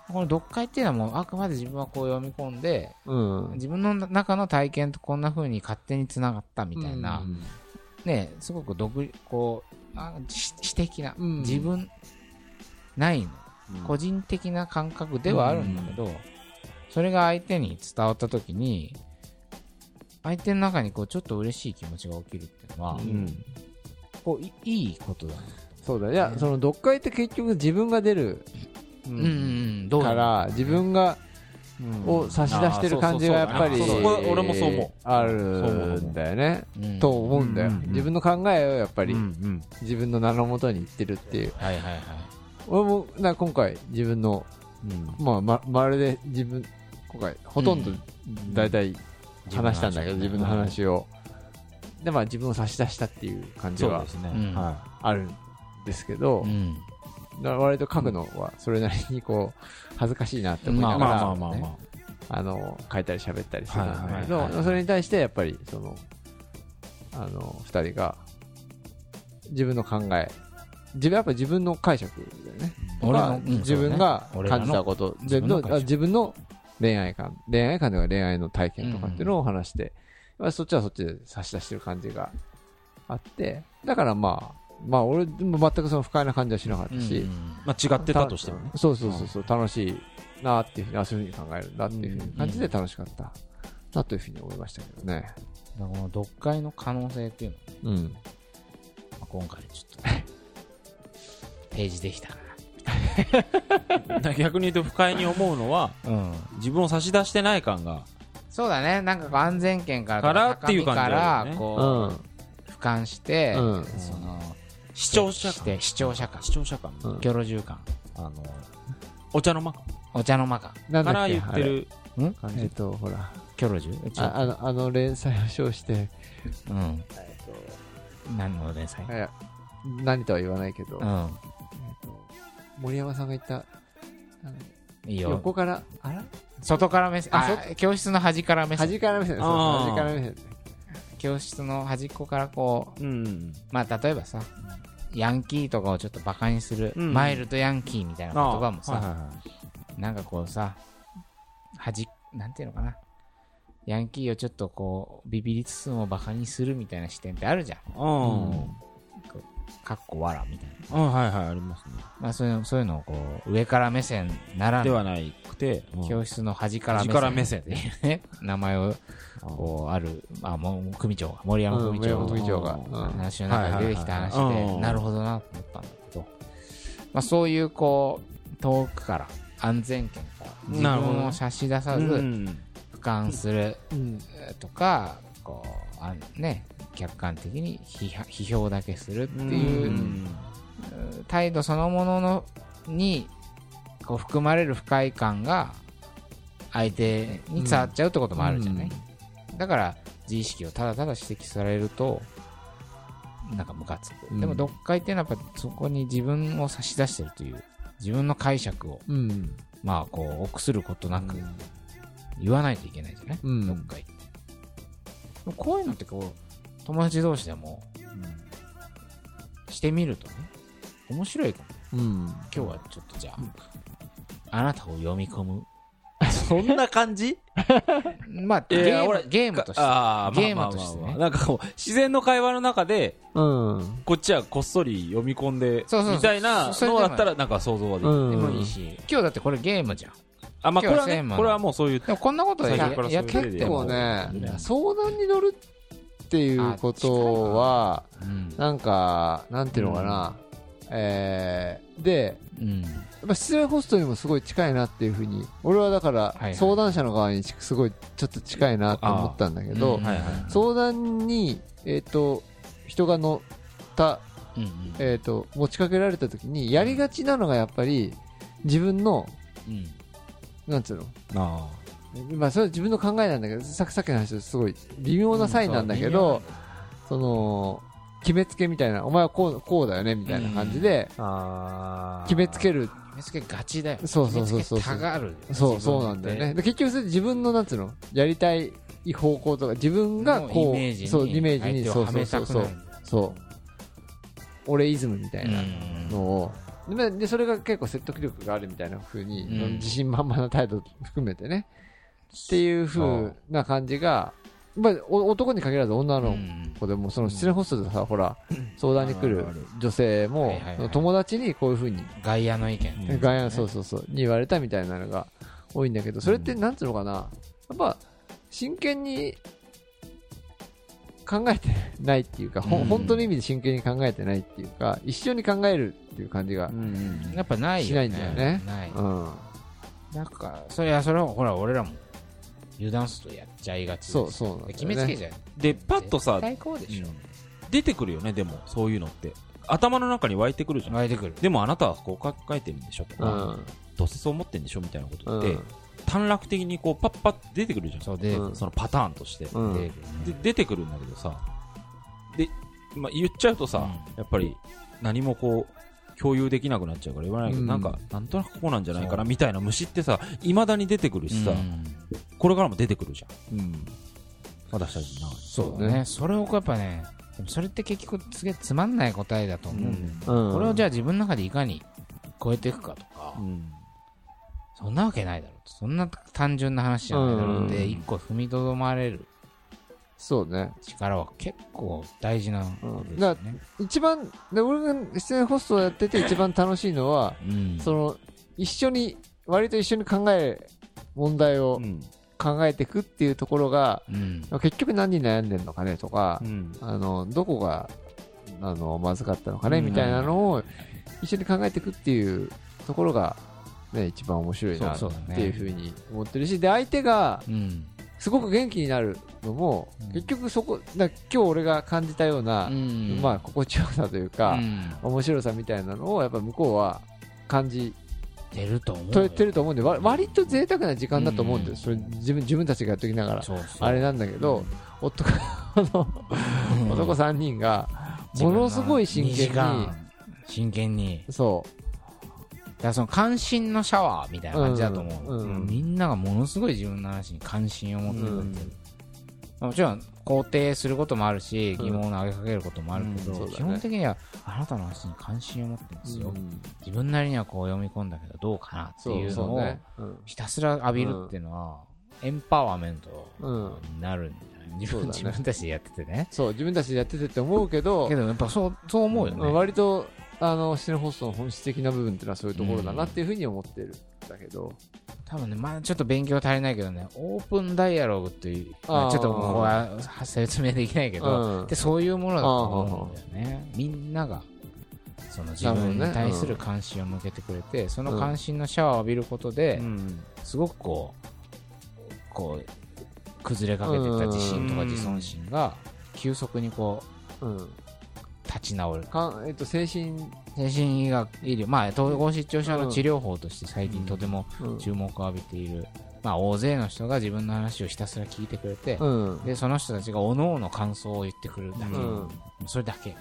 [SPEAKER 1] この読解っていうのはもうあくまで自分はこう読み込んで
[SPEAKER 2] うん
[SPEAKER 1] 自分の中の体験とこんな風に勝手に繋がったみたいな、
[SPEAKER 2] うん
[SPEAKER 1] ねすごく独立こうあ知知的な、
[SPEAKER 2] うん
[SPEAKER 1] 自分ないの個人的な感覚ではあるんだけど、それが相手に伝わった時に相手の中にこうちょっと嬉しい気持ちが起きるっていうのは、
[SPEAKER 2] うん
[SPEAKER 1] こういいいことだね、
[SPEAKER 2] そうだいやその読解って結局自分が出る
[SPEAKER 1] うんうんうんどうだ
[SPEAKER 2] か
[SPEAKER 1] ろう
[SPEAKER 2] ら自分がを差し出してる感じがやっぱり
[SPEAKER 3] あーそうそうそうそこ俺もそう思う
[SPEAKER 2] あ
[SPEAKER 3] そう思う
[SPEAKER 2] るんだよね
[SPEAKER 1] うん
[SPEAKER 2] と思うんだよ
[SPEAKER 3] うんうんうん
[SPEAKER 2] 自分の考えをやっぱ
[SPEAKER 3] うん
[SPEAKER 2] り
[SPEAKER 3] うん
[SPEAKER 2] 自分の名のもとに言ってるっていう
[SPEAKER 1] はいはいはい
[SPEAKER 2] 俺もな今回自分の、
[SPEAKER 3] うん
[SPEAKER 2] まあ、ままるで自分今回ほとんど大体話したんだけど、自分の話を、でまあ自分を差し出したっていう感じ
[SPEAKER 3] そう
[SPEAKER 2] は
[SPEAKER 3] ですね
[SPEAKER 1] うん。
[SPEAKER 3] は
[SPEAKER 2] あるんですけど、
[SPEAKER 1] うん
[SPEAKER 2] だから割と書くのはそれなりにこう恥ずかしいなって思い
[SPEAKER 3] い。ま
[SPEAKER 2] な
[SPEAKER 3] あ
[SPEAKER 2] が
[SPEAKER 3] ま
[SPEAKER 2] ら、
[SPEAKER 3] あまあまあま
[SPEAKER 2] ねあの書いたり喋ったりするんだけ
[SPEAKER 3] は
[SPEAKER 2] ど、
[SPEAKER 3] いはいはいはい
[SPEAKER 2] それに対してやっぱりそのあの2人が自分の考え自分やっぱ自分の解釈だよね
[SPEAKER 3] 俺
[SPEAKER 2] まあ
[SPEAKER 3] の、うん
[SPEAKER 2] 自
[SPEAKER 3] そ
[SPEAKER 2] 分、が
[SPEAKER 3] うだね俺ら
[SPEAKER 2] 感
[SPEAKER 3] の
[SPEAKER 2] じたこと
[SPEAKER 3] 自
[SPEAKER 2] で
[SPEAKER 3] 分の
[SPEAKER 2] どう
[SPEAKER 3] 解釈
[SPEAKER 2] あ自分の恋愛観恋愛観とか恋愛の体験とかっていうのを話して、まあそっちはそっちで差し出してる感じがあってだからまあまあ俺でも全くその不快な感じはしなかっ
[SPEAKER 3] そうだ
[SPEAKER 2] た
[SPEAKER 3] ね
[SPEAKER 2] し、
[SPEAKER 3] うんまあ、違ってたとしてもね。
[SPEAKER 2] そうそうそうそう、楽しいなっていうふうにあそういうふうに考えるんだっていうふうに感じで
[SPEAKER 3] う
[SPEAKER 2] 楽しかったなというふうに思いましたけどね
[SPEAKER 1] この読解の可能性っていうの
[SPEAKER 2] うん
[SPEAKER 1] まあ今回ちょっとね提示できたか
[SPEAKER 3] だから逆に言うと不快に思うのは、
[SPEAKER 1] なうん
[SPEAKER 3] 自分を差し出してない感が、
[SPEAKER 1] そうだねなんかこう安全圏から
[SPEAKER 3] からっていう感じだ
[SPEAKER 1] か
[SPEAKER 3] よね
[SPEAKER 1] ら
[SPEAKER 2] う
[SPEAKER 1] こ
[SPEAKER 2] ん
[SPEAKER 1] う俯瞰して
[SPEAKER 2] うん
[SPEAKER 1] その
[SPEAKER 3] 視聴者
[SPEAKER 1] し
[SPEAKER 3] 感。
[SPEAKER 1] て視聴者感
[SPEAKER 3] 視聴者感。
[SPEAKER 2] うん
[SPEAKER 1] キョロ獣感
[SPEAKER 3] あの、お茶の間か
[SPEAKER 1] お茶の間感
[SPEAKER 2] なんだ
[SPEAKER 3] ら
[SPEAKER 2] っけ
[SPEAKER 3] 言ってる。
[SPEAKER 1] ん
[SPEAKER 2] あれえっとほら
[SPEAKER 1] キョロ獣うち
[SPEAKER 2] ああのあの連載を称して
[SPEAKER 1] うん何の連載
[SPEAKER 2] いや何とは言わないけど、
[SPEAKER 1] うん
[SPEAKER 2] 森山さんが言ったあの
[SPEAKER 1] いいよ
[SPEAKER 2] 横からあら
[SPEAKER 1] 外から目線あ
[SPEAKER 2] あ
[SPEAKER 1] 教室の端から目線
[SPEAKER 2] 端から目線そう
[SPEAKER 3] あー
[SPEAKER 2] 端から目線
[SPEAKER 1] 教室の端っこからこう
[SPEAKER 3] うん。
[SPEAKER 1] まあ例えばさヤンキーとかをちょっとバカにする、
[SPEAKER 3] うん
[SPEAKER 1] マイルドヤンキーみたいな言葉もさ、
[SPEAKER 3] はいはいはい
[SPEAKER 1] なんかこうさ、はじ、なんていうのかな。ヤンキーをちょっとこう、ビビりつつもバカにするみたいな視点ってあるじゃん。
[SPEAKER 3] うん。
[SPEAKER 1] かっこわらみたいな。
[SPEAKER 3] うん、はいはい、ありますね。
[SPEAKER 1] まあそういうの、そういうのをこう、上から目線なら
[SPEAKER 3] で
[SPEAKER 1] ぬ、
[SPEAKER 3] はないくて、うん
[SPEAKER 1] 教室の端から目線。
[SPEAKER 3] 端から目線
[SPEAKER 1] っていうね、名前を、こう、ある、まあもう、組長が、森山
[SPEAKER 2] う
[SPEAKER 1] 組
[SPEAKER 2] ん森
[SPEAKER 1] 長
[SPEAKER 2] 山
[SPEAKER 1] が
[SPEAKER 2] 組長が、
[SPEAKER 3] うん
[SPEAKER 2] うん
[SPEAKER 1] 話の中で出てきた話
[SPEAKER 3] はいはいはいは
[SPEAKER 1] で、
[SPEAKER 3] い
[SPEAKER 1] なるほどなと思ったんだけど、まあそういうこう、遠くから、安全圏から、自
[SPEAKER 3] なるほど
[SPEAKER 1] 分を差し出さず、
[SPEAKER 3] うん
[SPEAKER 1] 俯瞰する
[SPEAKER 2] うん
[SPEAKER 1] とか、こうあね、客観的に批判批評だけするっていうう、
[SPEAKER 3] ん
[SPEAKER 1] 態度そのもののにこう含まれる不快感が相手に伝わっちゃうってこともあるじゃない、だから自意識をただただ指摘されるとなんかムカつく、
[SPEAKER 2] うん
[SPEAKER 1] でも読解っていうのはやっぱそこに自分を差し出してるという自分の解釈を
[SPEAKER 2] うん
[SPEAKER 1] まあこう臆することなく言わないといけないじゃない、
[SPEAKER 2] うん
[SPEAKER 1] どっか行って。でもこういうのってこう、友達同士でも、してみるとね、面白いかも。
[SPEAKER 2] うん
[SPEAKER 1] 今日はちょっとじゃあ、あなたを読み込む。
[SPEAKER 3] そんな感じ
[SPEAKER 1] まあ、
[SPEAKER 3] い
[SPEAKER 1] ゲ
[SPEAKER 3] や
[SPEAKER 1] ー
[SPEAKER 3] 俺
[SPEAKER 1] ムゲームとして。
[SPEAKER 3] あー
[SPEAKER 1] ゲーム
[SPEAKER 3] まあまあまあまあ
[SPEAKER 1] としてね
[SPEAKER 3] なんかこう、自然の会話の中で、
[SPEAKER 2] うん
[SPEAKER 3] こっちはこっそり読み込んで、
[SPEAKER 1] そうそうそう
[SPEAKER 3] みたいな
[SPEAKER 1] それで
[SPEAKER 3] の
[SPEAKER 1] も
[SPEAKER 3] だったら、なんか想像はでき
[SPEAKER 2] う
[SPEAKER 3] る。
[SPEAKER 1] でも
[SPEAKER 2] ん
[SPEAKER 1] いいし、今日だってこれゲームじゃん。
[SPEAKER 3] あ、まあ、こ
[SPEAKER 1] 今
[SPEAKER 3] れは
[SPEAKER 1] 日はセー
[SPEAKER 3] ね
[SPEAKER 1] マ、
[SPEAKER 3] これはもうそういう、
[SPEAKER 1] でもこんなことや
[SPEAKER 3] 最初から
[SPEAKER 1] いや
[SPEAKER 3] それで
[SPEAKER 1] 結
[SPEAKER 2] でも
[SPEAKER 1] 構ね、
[SPEAKER 2] ね
[SPEAKER 1] うん
[SPEAKER 2] 相談に乗るっていうことは
[SPEAKER 1] うん。
[SPEAKER 2] なんかなんていうのかな、えーで
[SPEAKER 1] うん。
[SPEAKER 2] やっぱ失恋ホストにもすごい近いなっていうふうに俺はだか
[SPEAKER 1] いは
[SPEAKER 2] ら
[SPEAKER 1] い
[SPEAKER 2] 相談者の側にちすごいちょっと近いなと思ったんだけど、
[SPEAKER 1] うん
[SPEAKER 3] はいはい
[SPEAKER 2] 相談に、えー、と人が乗った、
[SPEAKER 1] うん
[SPEAKER 2] えー、と持ちかけられた時にやりがちなのがやっぱり自分の
[SPEAKER 1] うん。
[SPEAKER 2] なんつう
[SPEAKER 3] あ
[SPEAKER 2] のまあそれは自分の考えなんだけどさっきさっきの話とすごい微妙なサインなんだけど、その決めつけみたいなお前はこうこうだよねみたいな感じで
[SPEAKER 3] あ
[SPEAKER 2] 決めつける
[SPEAKER 1] 決めつけがちだよ。
[SPEAKER 2] そうそうそうそ
[SPEAKER 1] 決
[SPEAKER 2] う
[SPEAKER 1] めつけたがるよ。
[SPEAKER 2] そう、
[SPEAKER 1] 自分
[SPEAKER 2] そ
[SPEAKER 1] って
[SPEAKER 2] うなんだよね。で結局それ自分の、なんつうの、やりたい方向とか、自分がこ
[SPEAKER 1] の
[SPEAKER 2] う、
[SPEAKER 1] イメージに
[SPEAKER 2] そう、イメージ
[SPEAKER 1] 相
[SPEAKER 2] に、
[SPEAKER 1] 手
[SPEAKER 2] そ
[SPEAKER 1] を
[SPEAKER 2] う
[SPEAKER 1] は
[SPEAKER 2] そう
[SPEAKER 1] め
[SPEAKER 2] そ
[SPEAKER 1] た
[SPEAKER 2] う
[SPEAKER 1] く
[SPEAKER 2] そ
[SPEAKER 1] な
[SPEAKER 2] う
[SPEAKER 1] る、
[SPEAKER 2] そう、俺イズムみたいな
[SPEAKER 1] うん
[SPEAKER 2] のを、ででそれが結構説得力があるみたいな風に、
[SPEAKER 1] うん
[SPEAKER 2] 自信満々な態度含めてね、っていう風な感じが、まあ、お男に限らず女の
[SPEAKER 1] うん
[SPEAKER 2] 子でも、その失恋ホストでさ、ほら、相談に来る女性
[SPEAKER 1] はい
[SPEAKER 2] も
[SPEAKER 1] はいはい、
[SPEAKER 2] その友達にこういう風に
[SPEAKER 1] 外野の意見。
[SPEAKER 2] 外野そうそうそう、に言われたみたいなのが多いんだけど、それってなんつうのかな、やっぱ、真剣に考えてないっていうか、ほ
[SPEAKER 1] うん
[SPEAKER 2] ん、本当の意味で真剣に考えてないっていうか、一緒に考えるっていう感じが
[SPEAKER 3] う、ん
[SPEAKER 1] やっぱないよ、ね。
[SPEAKER 2] しないんだよね
[SPEAKER 1] ない。
[SPEAKER 2] うん、
[SPEAKER 1] なんか、それは、それは、ほら、俺らも、油断するとやっちゃいがちです
[SPEAKER 2] そうそうなんだよね
[SPEAKER 1] 決めつけちゃう。
[SPEAKER 3] で、パッとさ
[SPEAKER 1] 絶、対こうでしょ。
[SPEAKER 3] 出てくるよね、でも、そういうのって。頭の中に湧いてくるじゃん。
[SPEAKER 1] 湧いてくる。
[SPEAKER 3] でもあなたはこう考えてるんでしょと
[SPEAKER 2] う
[SPEAKER 3] か、
[SPEAKER 2] ん、
[SPEAKER 3] どうせそう思ってんでしょみたいなことって、
[SPEAKER 2] うん
[SPEAKER 3] 短絡的にこうパッパッて出てくるじゃん。
[SPEAKER 1] そう、で、
[SPEAKER 2] うん
[SPEAKER 3] そのパターンとして。
[SPEAKER 2] う
[SPEAKER 1] 出て
[SPEAKER 2] ん
[SPEAKER 1] くるね
[SPEAKER 3] で、出てくるんだけどさ、で、まあ、言っちゃうとさ、
[SPEAKER 1] うん
[SPEAKER 3] やっぱり何もこう、共有できなくなっちゃうから言わないけど、
[SPEAKER 2] うん
[SPEAKER 3] なんか、なんとなくこうなんじゃないか
[SPEAKER 1] そ
[SPEAKER 3] な
[SPEAKER 1] う
[SPEAKER 3] みたいな虫ってさ、未だに出てくるしさ、
[SPEAKER 1] うん
[SPEAKER 3] これからも出てくるじゃん。
[SPEAKER 2] うん
[SPEAKER 3] 私たちな。
[SPEAKER 1] そうだね。それをやっぱね、でもそれって結局すげえつまんない答えだと思うんだよね、
[SPEAKER 2] うん
[SPEAKER 1] これをじ
[SPEAKER 2] ゃ
[SPEAKER 1] ゃあ自分の中でいかに超えていくかとか、
[SPEAKER 3] うん
[SPEAKER 1] そんなわけないだろうそんな単純な話じゃないだろうで
[SPEAKER 2] うん
[SPEAKER 1] 一個踏みとどまれる
[SPEAKER 2] そうね。
[SPEAKER 1] 力は結構大事なことですよね、
[SPEAKER 2] 一番、で俺が出演ホストをやってて一番楽しいのは、
[SPEAKER 3] うん
[SPEAKER 2] その、一緒に、割と一緒に考え、問題を
[SPEAKER 3] うん
[SPEAKER 2] 考えていくっていうところが、
[SPEAKER 1] うん
[SPEAKER 2] 結局何に悩んでるのかねとか
[SPEAKER 3] う、ん
[SPEAKER 2] あの、どこが、あの、まずかったのかね
[SPEAKER 1] うん
[SPEAKER 2] みたいなのを一緒に考えていくっていうところが、ね、一番面白いなっ
[SPEAKER 1] そうそうだね
[SPEAKER 2] ていうふうに思ってるし、で、相手が
[SPEAKER 1] うん
[SPEAKER 2] すごく元気になるのも
[SPEAKER 1] うん、
[SPEAKER 2] 結局そこ、だ今日俺が感じたような、
[SPEAKER 1] ん
[SPEAKER 2] まあ、心地よさという
[SPEAKER 1] う
[SPEAKER 2] か、
[SPEAKER 1] ん
[SPEAKER 2] 面白さみたいなのを、やっぱ向こうは感じ
[SPEAKER 1] 出ると思うよ
[SPEAKER 2] 取れてると思うんで、わ割と贅沢な時間だと思うんで
[SPEAKER 1] うん
[SPEAKER 2] す。それ自分、自分たちがやっておきながら。
[SPEAKER 1] そうそう
[SPEAKER 2] あれなんだけど、男、あの、
[SPEAKER 1] うん
[SPEAKER 2] 男3人が、ものすごい真
[SPEAKER 1] 自
[SPEAKER 2] 剣
[SPEAKER 1] 分の二
[SPEAKER 2] に
[SPEAKER 1] 時、間真剣に
[SPEAKER 2] そ
[SPEAKER 1] だからその関心のシャワーみたいな感じだと思う、
[SPEAKER 2] うんうん
[SPEAKER 1] みんながものすごい自分の話に関心を持
[SPEAKER 2] う、
[SPEAKER 1] ってくれてる、もちろん肯定することもあるし
[SPEAKER 2] うん
[SPEAKER 1] 疑問を投げかけることもあるけど、
[SPEAKER 2] うんそうだね
[SPEAKER 1] 基本的にはあなたの話に関心を持ってるんですよ、
[SPEAKER 2] うん
[SPEAKER 1] 自分なりにはこう読み込んだけどどうかなって
[SPEAKER 2] そ
[SPEAKER 1] いうう
[SPEAKER 2] そ
[SPEAKER 1] の
[SPEAKER 2] う
[SPEAKER 1] を
[SPEAKER 2] ね。うん
[SPEAKER 1] ひたすら浴びるっていうのは、エンパワーメント
[SPEAKER 2] うん
[SPEAKER 1] になるんじゃない自分,、
[SPEAKER 2] そうだね
[SPEAKER 1] 自分たちでやっててね
[SPEAKER 2] そう、自分たちでやっててって思うけど
[SPEAKER 1] け、どやっぱそうそう思うよね、
[SPEAKER 2] うん割と、あの、シネホストの本質的な部分っていうのはそういうところだなっていうふうに思ってるんだけど、
[SPEAKER 1] 多分ね、まだちょっと勉強足りないけどね、オープンダイアログという、ま
[SPEAKER 2] あー
[SPEAKER 1] あちょっとここはは説明できないけど、
[SPEAKER 2] うん
[SPEAKER 1] でそういうものだと思うんだよね。みんなが、その自分
[SPEAKER 2] なる
[SPEAKER 1] に
[SPEAKER 2] ほどね
[SPEAKER 1] 対する関心を向けてくれて、その関心のシャワーを浴びることで、
[SPEAKER 3] うん
[SPEAKER 1] すごくこう、こう、崩れかけてた自信とか
[SPEAKER 3] うん
[SPEAKER 1] 自尊心が、急速にこ
[SPEAKER 2] うん
[SPEAKER 1] う、立ち直る。
[SPEAKER 2] かんえっと、精神、
[SPEAKER 1] 精神医学医療、まあ、統合失調症の治療法として最近とても
[SPEAKER 2] うん
[SPEAKER 1] 注目を浴びている、まあ、大勢の人が自分の話をひたすら聞いてくれて、
[SPEAKER 2] うん。
[SPEAKER 1] でその人たちがおのおの感想を言ってくるだけ、
[SPEAKER 2] うん
[SPEAKER 1] それだけ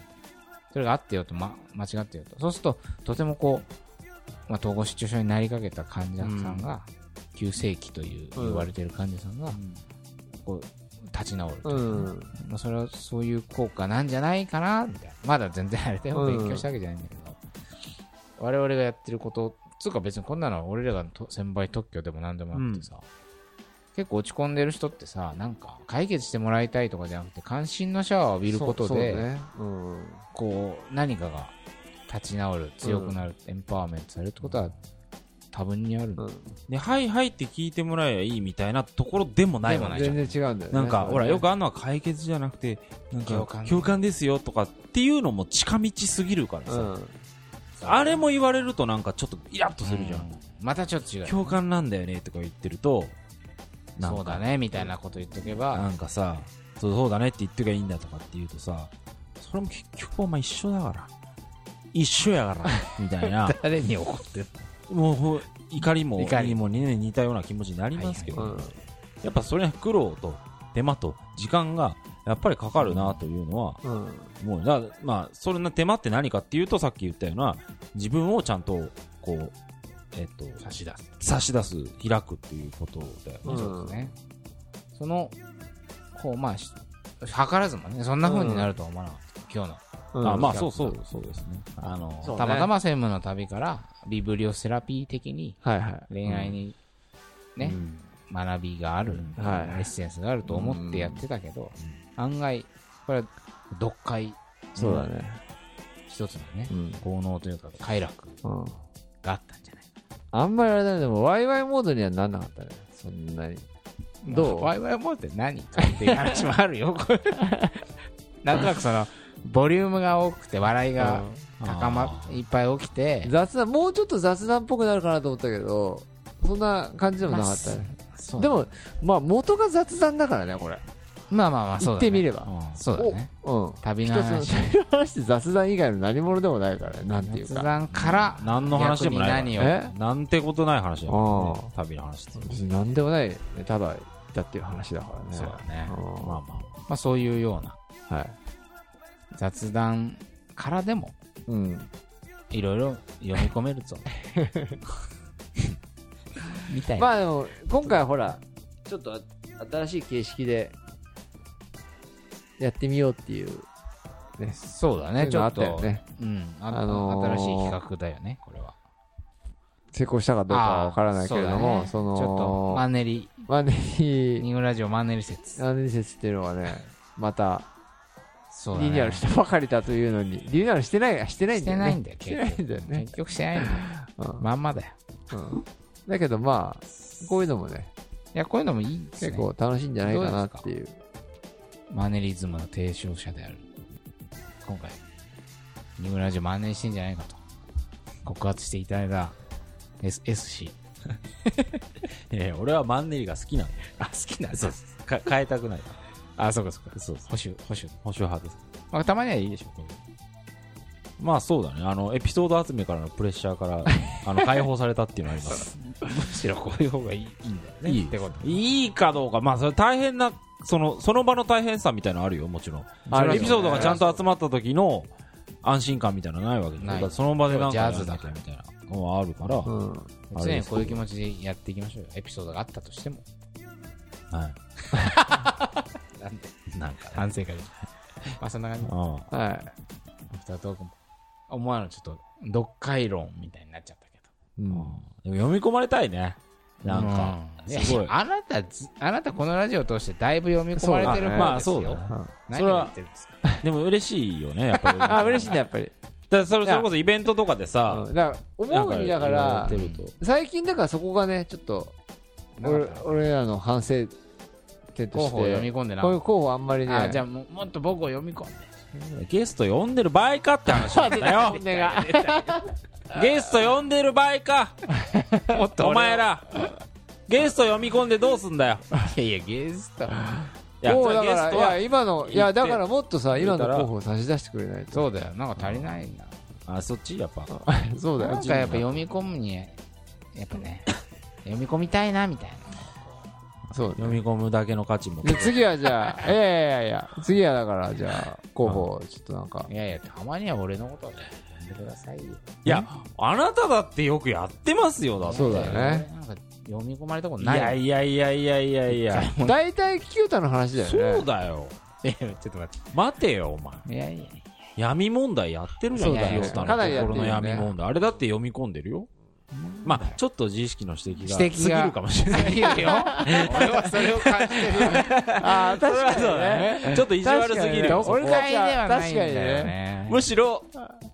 [SPEAKER 1] それがあってよと、ま、間違ってよとそうするととてもこう、まあ、統合失調症になりかけた患者さんが、急性期という
[SPEAKER 2] うん
[SPEAKER 1] 言われている患者さんが、こう立ち直るというう、
[SPEAKER 2] ん。
[SPEAKER 1] まあ、それはそういう効果なんじゃないかなみたいなまだ全然あれだよ
[SPEAKER 2] うん
[SPEAKER 1] 勉強したわけじゃないんだけど、我々がやってることつうか別にこんなのは俺らがと先輩特許でも何でもなくてさ、結構落ち込んでる人ってさなんか解決してもらいたいとかじゃなくて関心のシャワーを浴びること
[SPEAKER 2] そう
[SPEAKER 1] で
[SPEAKER 2] そうねうん。
[SPEAKER 1] こう何かが立ち直る強くなる、エンパワーメントされるってことは多分にあるんだ、
[SPEAKER 2] うん
[SPEAKER 3] で、はいはいって聞いてもらえばいいみたいなところでもないわないじゃん。
[SPEAKER 2] 全然違うんだよね。
[SPEAKER 3] なんか、
[SPEAKER 2] そうね
[SPEAKER 3] ほら、よくあんのは解決じゃなくて、なん
[SPEAKER 1] 共
[SPEAKER 3] か
[SPEAKER 1] 感、
[SPEAKER 3] 共感ですよとかっていうのも近道すぎるから
[SPEAKER 2] う
[SPEAKER 3] さ。
[SPEAKER 2] ん。
[SPEAKER 3] あれも言われるとなんかちょっとイラッとするじゃん。
[SPEAKER 1] またちょっと違う
[SPEAKER 3] 共感なんだよねとか言ってると、なんか
[SPEAKER 1] そうだ。ねみたいなこと言っとけば、
[SPEAKER 3] なんかさ、そうそうだねって言ってがいいんだとかって言うとさ、それも結局お前一緒だから。一緒やから。みたいな。
[SPEAKER 1] 誰に怒ってる
[SPEAKER 3] もうほう、怒りも、
[SPEAKER 1] 怒り
[SPEAKER 3] にもね似たような気持ちになりますけど、
[SPEAKER 2] うん
[SPEAKER 3] やっぱそれは苦労と手間と時間がやっぱりかかるなというのは、
[SPEAKER 2] うん。
[SPEAKER 3] もうだまあそれの手間って何かっていうとさっき言ったような自分をちゃんとこうえっと
[SPEAKER 1] 差し出す
[SPEAKER 3] 差し出す開くっていうことだよね、
[SPEAKER 2] うん
[SPEAKER 1] ね、そのこうまあし図らずもねそんな風になるとは思わなかった、今日の
[SPEAKER 2] うん
[SPEAKER 3] あまあ
[SPEAKER 1] うん
[SPEAKER 3] そうそうそうですねあの
[SPEAKER 2] そうね
[SPEAKER 1] たまたま専務の旅からビブリオセラピー的に
[SPEAKER 2] はいはい。
[SPEAKER 1] 恋愛に
[SPEAKER 3] う
[SPEAKER 1] ね、
[SPEAKER 3] ん
[SPEAKER 1] 学びがある、
[SPEAKER 3] うん
[SPEAKER 2] はい
[SPEAKER 1] エッセンスがあると思ってやってたけど、案外これは読解
[SPEAKER 2] そうだね。
[SPEAKER 1] 一つのね
[SPEAKER 2] うん。
[SPEAKER 1] 効能というか快楽
[SPEAKER 2] うん。
[SPEAKER 1] があったんじゃないか
[SPEAKER 2] あんまりあれだね、でも、ワイワイモードにはなんなかったね。そんなに。どう
[SPEAKER 1] ワイワイモードって何かっていう話もあるよ これなんとなくそのボリュームが多くて笑いが高ま
[SPEAKER 3] あー
[SPEAKER 1] いっぱい起きて
[SPEAKER 2] 雑談、もうちょっと雑談っぽくなるかなと思ったけど、そんな感じでもなかったね。
[SPEAKER 1] そう
[SPEAKER 2] でも、まあ、元が雑談だからね、これ。
[SPEAKER 1] まあまあまあそう
[SPEAKER 2] 言っ
[SPEAKER 1] だ、ね、
[SPEAKER 2] てみれば。
[SPEAKER 1] うんそうだね
[SPEAKER 2] うん。
[SPEAKER 1] 旅
[SPEAKER 2] 一
[SPEAKER 1] の
[SPEAKER 2] つの、
[SPEAKER 1] 話
[SPEAKER 2] そういう話って雑談以外の何者でもないからね、なんていう
[SPEAKER 1] 雑
[SPEAKER 2] か。
[SPEAKER 1] 談から
[SPEAKER 3] 何の話でもない
[SPEAKER 1] 逆に何を
[SPEAKER 2] え
[SPEAKER 3] なんてことない話だよね
[SPEAKER 2] あ
[SPEAKER 3] 旅の話って
[SPEAKER 2] 別に何でもない、ね、ただ、だっていう話だからね。
[SPEAKER 1] そうだね
[SPEAKER 2] うん
[SPEAKER 3] まあま
[SPEAKER 1] まあそういうような
[SPEAKER 2] はい。
[SPEAKER 1] 雑談からでも
[SPEAKER 2] うん。
[SPEAKER 1] いろいろ読み込める ぞみたいな、
[SPEAKER 2] まあでも、今回はほら、ちょっと新しい形式でやってみようっていうね。
[SPEAKER 1] そうだ
[SPEAKER 2] そう
[SPEAKER 1] ね、
[SPEAKER 2] いう
[SPEAKER 1] ち
[SPEAKER 2] の
[SPEAKER 1] ょ
[SPEAKER 2] あ
[SPEAKER 1] った
[SPEAKER 2] よ
[SPEAKER 1] と。
[SPEAKER 2] ね。
[SPEAKER 1] うん、あ
[SPEAKER 2] あのー
[SPEAKER 1] 新しい企画だよね、これは。
[SPEAKER 2] 成功したかどうかはわからないけれども、
[SPEAKER 1] あー
[SPEAKER 2] その、
[SPEAKER 1] ちょっと、マンネリ、
[SPEAKER 2] マネリ、
[SPEAKER 1] ニグラジオマンネリ説。
[SPEAKER 2] マネリ説っていうのはね、また、
[SPEAKER 1] そうだね。
[SPEAKER 2] リニューアルしたばかりだというのに、リニューアルしてない、してないん
[SPEAKER 1] し
[SPEAKER 2] だ
[SPEAKER 1] て
[SPEAKER 2] よ
[SPEAKER 1] ない
[SPEAKER 2] ね。
[SPEAKER 1] んだよ、
[SPEAKER 2] して
[SPEAKER 1] 結
[SPEAKER 2] ない
[SPEAKER 1] 局。
[SPEAKER 2] んだよね。
[SPEAKER 1] 結局してないんだよ。
[SPEAKER 2] うん
[SPEAKER 1] まんまだよ。
[SPEAKER 2] うんだけどまあ、こういうのもね、
[SPEAKER 1] いや、こういうのもいいですね。
[SPEAKER 2] 結構楽しいんじゃないかなっていう。
[SPEAKER 1] マネリズムの提唱者である。今回、ニグラジオマネしてんじゃないかと。告発していただいた S、S 氏。
[SPEAKER 3] ええ俺はマンネリが好きなの。
[SPEAKER 1] あ、好きなん
[SPEAKER 3] そうか変えたくない。
[SPEAKER 1] あ、そうかそうか。
[SPEAKER 3] そう
[SPEAKER 1] 保守、保守。
[SPEAKER 3] 保守派です。
[SPEAKER 1] まあ、たまにはいいでしょうけど。
[SPEAKER 3] まあそうだね。あの、エピソード集めからのプレッシャーから、あの、解放されたっていうのはあります。
[SPEAKER 1] むしろこういう方がいいいいんだよね。
[SPEAKER 3] いい
[SPEAKER 1] ってこと。
[SPEAKER 3] いいかどうか、まあそれ大変な、その、その場の大変さみたいなのあるよ、もちろん。
[SPEAKER 2] あるよね
[SPEAKER 3] エピソードがちゃんと集まった時の安心感みたいなのないわけじゃ
[SPEAKER 1] ない
[SPEAKER 3] だからその場でなんか
[SPEAKER 1] ジャズだ
[SPEAKER 3] やんなきゃみたいなのはあるから、
[SPEAKER 2] う
[SPEAKER 3] は
[SPEAKER 2] ん。
[SPEAKER 3] あ
[SPEAKER 1] 常
[SPEAKER 3] れ
[SPEAKER 1] に
[SPEAKER 3] です
[SPEAKER 1] こういう気持ちでやっていきましょうよ。エピソードがあったとしても。
[SPEAKER 3] い。
[SPEAKER 1] なんで
[SPEAKER 3] なんか、
[SPEAKER 1] 反省会 で。まあそんな感じ。
[SPEAKER 3] あ
[SPEAKER 2] は
[SPEAKER 1] アフタートークも。思わぬちょっと、読解論みたいになっちゃったけど。
[SPEAKER 2] い。うん
[SPEAKER 3] あでも読み込まれたいね。なんか、
[SPEAKER 1] うんいや
[SPEAKER 3] すごい
[SPEAKER 1] あなたず、あなたこのラジオを通してだいぶ読み込まれてる
[SPEAKER 2] そう
[SPEAKER 1] 方
[SPEAKER 2] だね
[SPEAKER 3] ま
[SPEAKER 1] で
[SPEAKER 3] あ
[SPEAKER 1] す
[SPEAKER 3] そ
[SPEAKER 1] よ。
[SPEAKER 3] うだね。
[SPEAKER 1] 何を言ってるんですか
[SPEAKER 3] でも嬉しいよね、やっぱり。
[SPEAKER 2] あ、嬉しいね、やっぱり。
[SPEAKER 3] だからそれそれこそイベントとかでさ、
[SPEAKER 2] うんだから、
[SPEAKER 3] な
[SPEAKER 2] 思
[SPEAKER 3] ん
[SPEAKER 2] う
[SPEAKER 3] か
[SPEAKER 2] にだか
[SPEAKER 3] やっ
[SPEAKER 2] ら
[SPEAKER 3] て、ると
[SPEAKER 2] 最近だからそこがね、ちょっと、
[SPEAKER 1] なん
[SPEAKER 2] 俺
[SPEAKER 1] か
[SPEAKER 2] 俺らの反省点と
[SPEAKER 1] 候
[SPEAKER 2] して、
[SPEAKER 1] 補を読み込んでな
[SPEAKER 2] こういう候補あんまりね、
[SPEAKER 1] あ、じゃあもうもっと僕を読み込んで。
[SPEAKER 3] ゲスト呼んでる場合かって話 なんだよ
[SPEAKER 2] ねが
[SPEAKER 3] ゲスト呼んでる場合 か
[SPEAKER 1] もっ
[SPEAKER 3] お
[SPEAKER 1] ら。
[SPEAKER 3] 前らゲスト読み込んでどうすんだよ
[SPEAKER 1] いやいや、ゲスト。
[SPEAKER 3] いや
[SPEAKER 2] こう
[SPEAKER 3] それ
[SPEAKER 2] だ
[SPEAKER 3] ゲ
[SPEAKER 2] か
[SPEAKER 3] ス
[SPEAKER 2] ら、い
[SPEAKER 3] ト
[SPEAKER 2] や、
[SPEAKER 3] は
[SPEAKER 2] 今の、い
[SPEAKER 3] 言
[SPEAKER 2] や、
[SPEAKER 3] って
[SPEAKER 2] だからもっとさ、今
[SPEAKER 3] 言った
[SPEAKER 2] の
[SPEAKER 3] ら
[SPEAKER 2] 候補を差し出してくれないと。
[SPEAKER 1] そうだよ。なんか足りないな。
[SPEAKER 3] あそっちやっぱ
[SPEAKER 2] う。そうだよ。
[SPEAKER 1] なんかやっぱ読み込むに、やっぱ ね、読み込みたいなみたいな。
[SPEAKER 2] そうだ
[SPEAKER 3] 読み込むだけの価値も
[SPEAKER 2] で次はじゃ あ、いやいやいやいや、次はだから、じゃあ、候補をちょっとなんか
[SPEAKER 1] い、やいや、たまには俺のことをね、読んでくださいよ。
[SPEAKER 3] いやあなただってよくやってますよだって
[SPEAKER 2] そうだよね。
[SPEAKER 1] なんか読み込まれたこと
[SPEAKER 3] い
[SPEAKER 1] ない。
[SPEAKER 3] やいやいやいやいやいや
[SPEAKER 2] 大体、キュータの話だよね。
[SPEAKER 3] そうだよ
[SPEAKER 1] いやちょっと待っ
[SPEAKER 3] 待てよお前
[SPEAKER 1] て。いやいや。
[SPEAKER 3] 闇問題やってるじゃん
[SPEAKER 1] そうだよ
[SPEAKER 3] 清田の
[SPEAKER 2] かなりやってる
[SPEAKER 3] 心
[SPEAKER 2] よ
[SPEAKER 3] の
[SPEAKER 2] ね
[SPEAKER 3] 闇問題あれだって読み込んでるよまあちょっと自意識の指摘が
[SPEAKER 1] 指摘が
[SPEAKER 3] 過ぎるかもしれない
[SPEAKER 1] いいよ。俺はそれを感じて るよ。
[SPEAKER 2] ああ、確か
[SPEAKER 3] それは
[SPEAKER 2] に
[SPEAKER 3] そうだ
[SPEAKER 2] ね。
[SPEAKER 3] ねちょっと意地悪すぎるよ
[SPEAKER 2] 確かにね俺たちは、確かにね。
[SPEAKER 1] ね
[SPEAKER 3] むしろ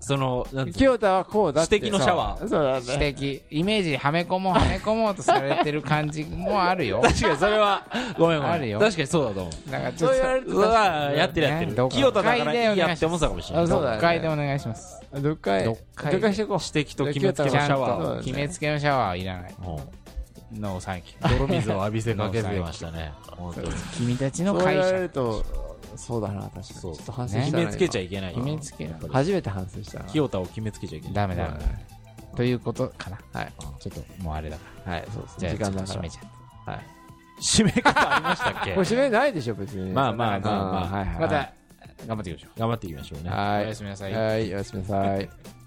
[SPEAKER 3] そのなんつうの
[SPEAKER 2] 清田はこうだって。
[SPEAKER 3] 指摘のシャワー
[SPEAKER 2] そうだね。
[SPEAKER 1] 指摘、イメージはめ込もう、はめ込もうとされてる感じもあるよ。
[SPEAKER 3] 確かにそれはごめんご
[SPEAKER 1] あ
[SPEAKER 3] め
[SPEAKER 1] るよ
[SPEAKER 3] ん確かにそうだと思う
[SPEAKER 1] だからちょ
[SPEAKER 2] そう
[SPEAKER 1] っ
[SPEAKER 2] 言われる
[SPEAKER 3] う
[SPEAKER 2] と確か
[SPEAKER 3] わ
[SPEAKER 2] に、
[SPEAKER 3] やってるやって
[SPEAKER 1] ね
[SPEAKER 3] る
[SPEAKER 1] どっか
[SPEAKER 3] 清田だからいいやって思ってたかもしれない
[SPEAKER 2] あ
[SPEAKER 1] と、
[SPEAKER 2] そうだね
[SPEAKER 1] 読解でお願いします。
[SPEAKER 2] 読解。
[SPEAKER 1] 読解
[SPEAKER 2] 読解してこう。
[SPEAKER 3] 指摘と決めつけのシ
[SPEAKER 1] ちゃん
[SPEAKER 3] ャ
[SPEAKER 2] そうだ
[SPEAKER 3] ワ
[SPEAKER 1] と
[SPEAKER 2] ね
[SPEAKER 1] 決めつけのシャワーはいらない。
[SPEAKER 3] ーうん
[SPEAKER 1] ノーサンキュー。
[SPEAKER 3] 泥水を浴びせかけてましたね本当に
[SPEAKER 1] 君たち
[SPEAKER 2] そ
[SPEAKER 1] の
[SPEAKER 2] う言
[SPEAKER 1] 会
[SPEAKER 2] われ
[SPEAKER 1] 社。
[SPEAKER 2] ると、そうだな、確かに。ち
[SPEAKER 3] そ
[SPEAKER 2] ょ
[SPEAKER 3] う
[SPEAKER 2] っと反省し
[SPEAKER 1] ね
[SPEAKER 2] た
[SPEAKER 3] 決
[SPEAKER 2] な。
[SPEAKER 3] めつけちゃ
[SPEAKER 2] い
[SPEAKER 3] いけない
[SPEAKER 1] 決めつけな
[SPEAKER 3] やっぱ
[SPEAKER 2] 初めて反省したな
[SPEAKER 3] り。清田を決めつけちゃいけない
[SPEAKER 1] ダメダメ。ということかな。
[SPEAKER 2] はい。
[SPEAKER 1] ちょっともうあれだから。
[SPEAKER 2] はい、そうです
[SPEAKER 1] じゃ
[SPEAKER 2] ね。
[SPEAKER 1] あ、
[SPEAKER 2] 時
[SPEAKER 1] ちょ
[SPEAKER 2] 間
[SPEAKER 1] っと
[SPEAKER 2] だか
[SPEAKER 1] 閉
[SPEAKER 2] ら
[SPEAKER 1] め。ちゃって。
[SPEAKER 3] 締め方ありましたっけ
[SPEAKER 2] これ締めないでしょ、別に。
[SPEAKER 3] まあまあまあまあ
[SPEAKER 2] はいはい。
[SPEAKER 1] また、頑張っていきましょ
[SPEAKER 3] 頑張っていきましょう
[SPEAKER 2] た
[SPEAKER 3] ね
[SPEAKER 1] う。お
[SPEAKER 2] は
[SPEAKER 1] やすみなさい
[SPEAKER 2] い。。はい、おやすみなさい。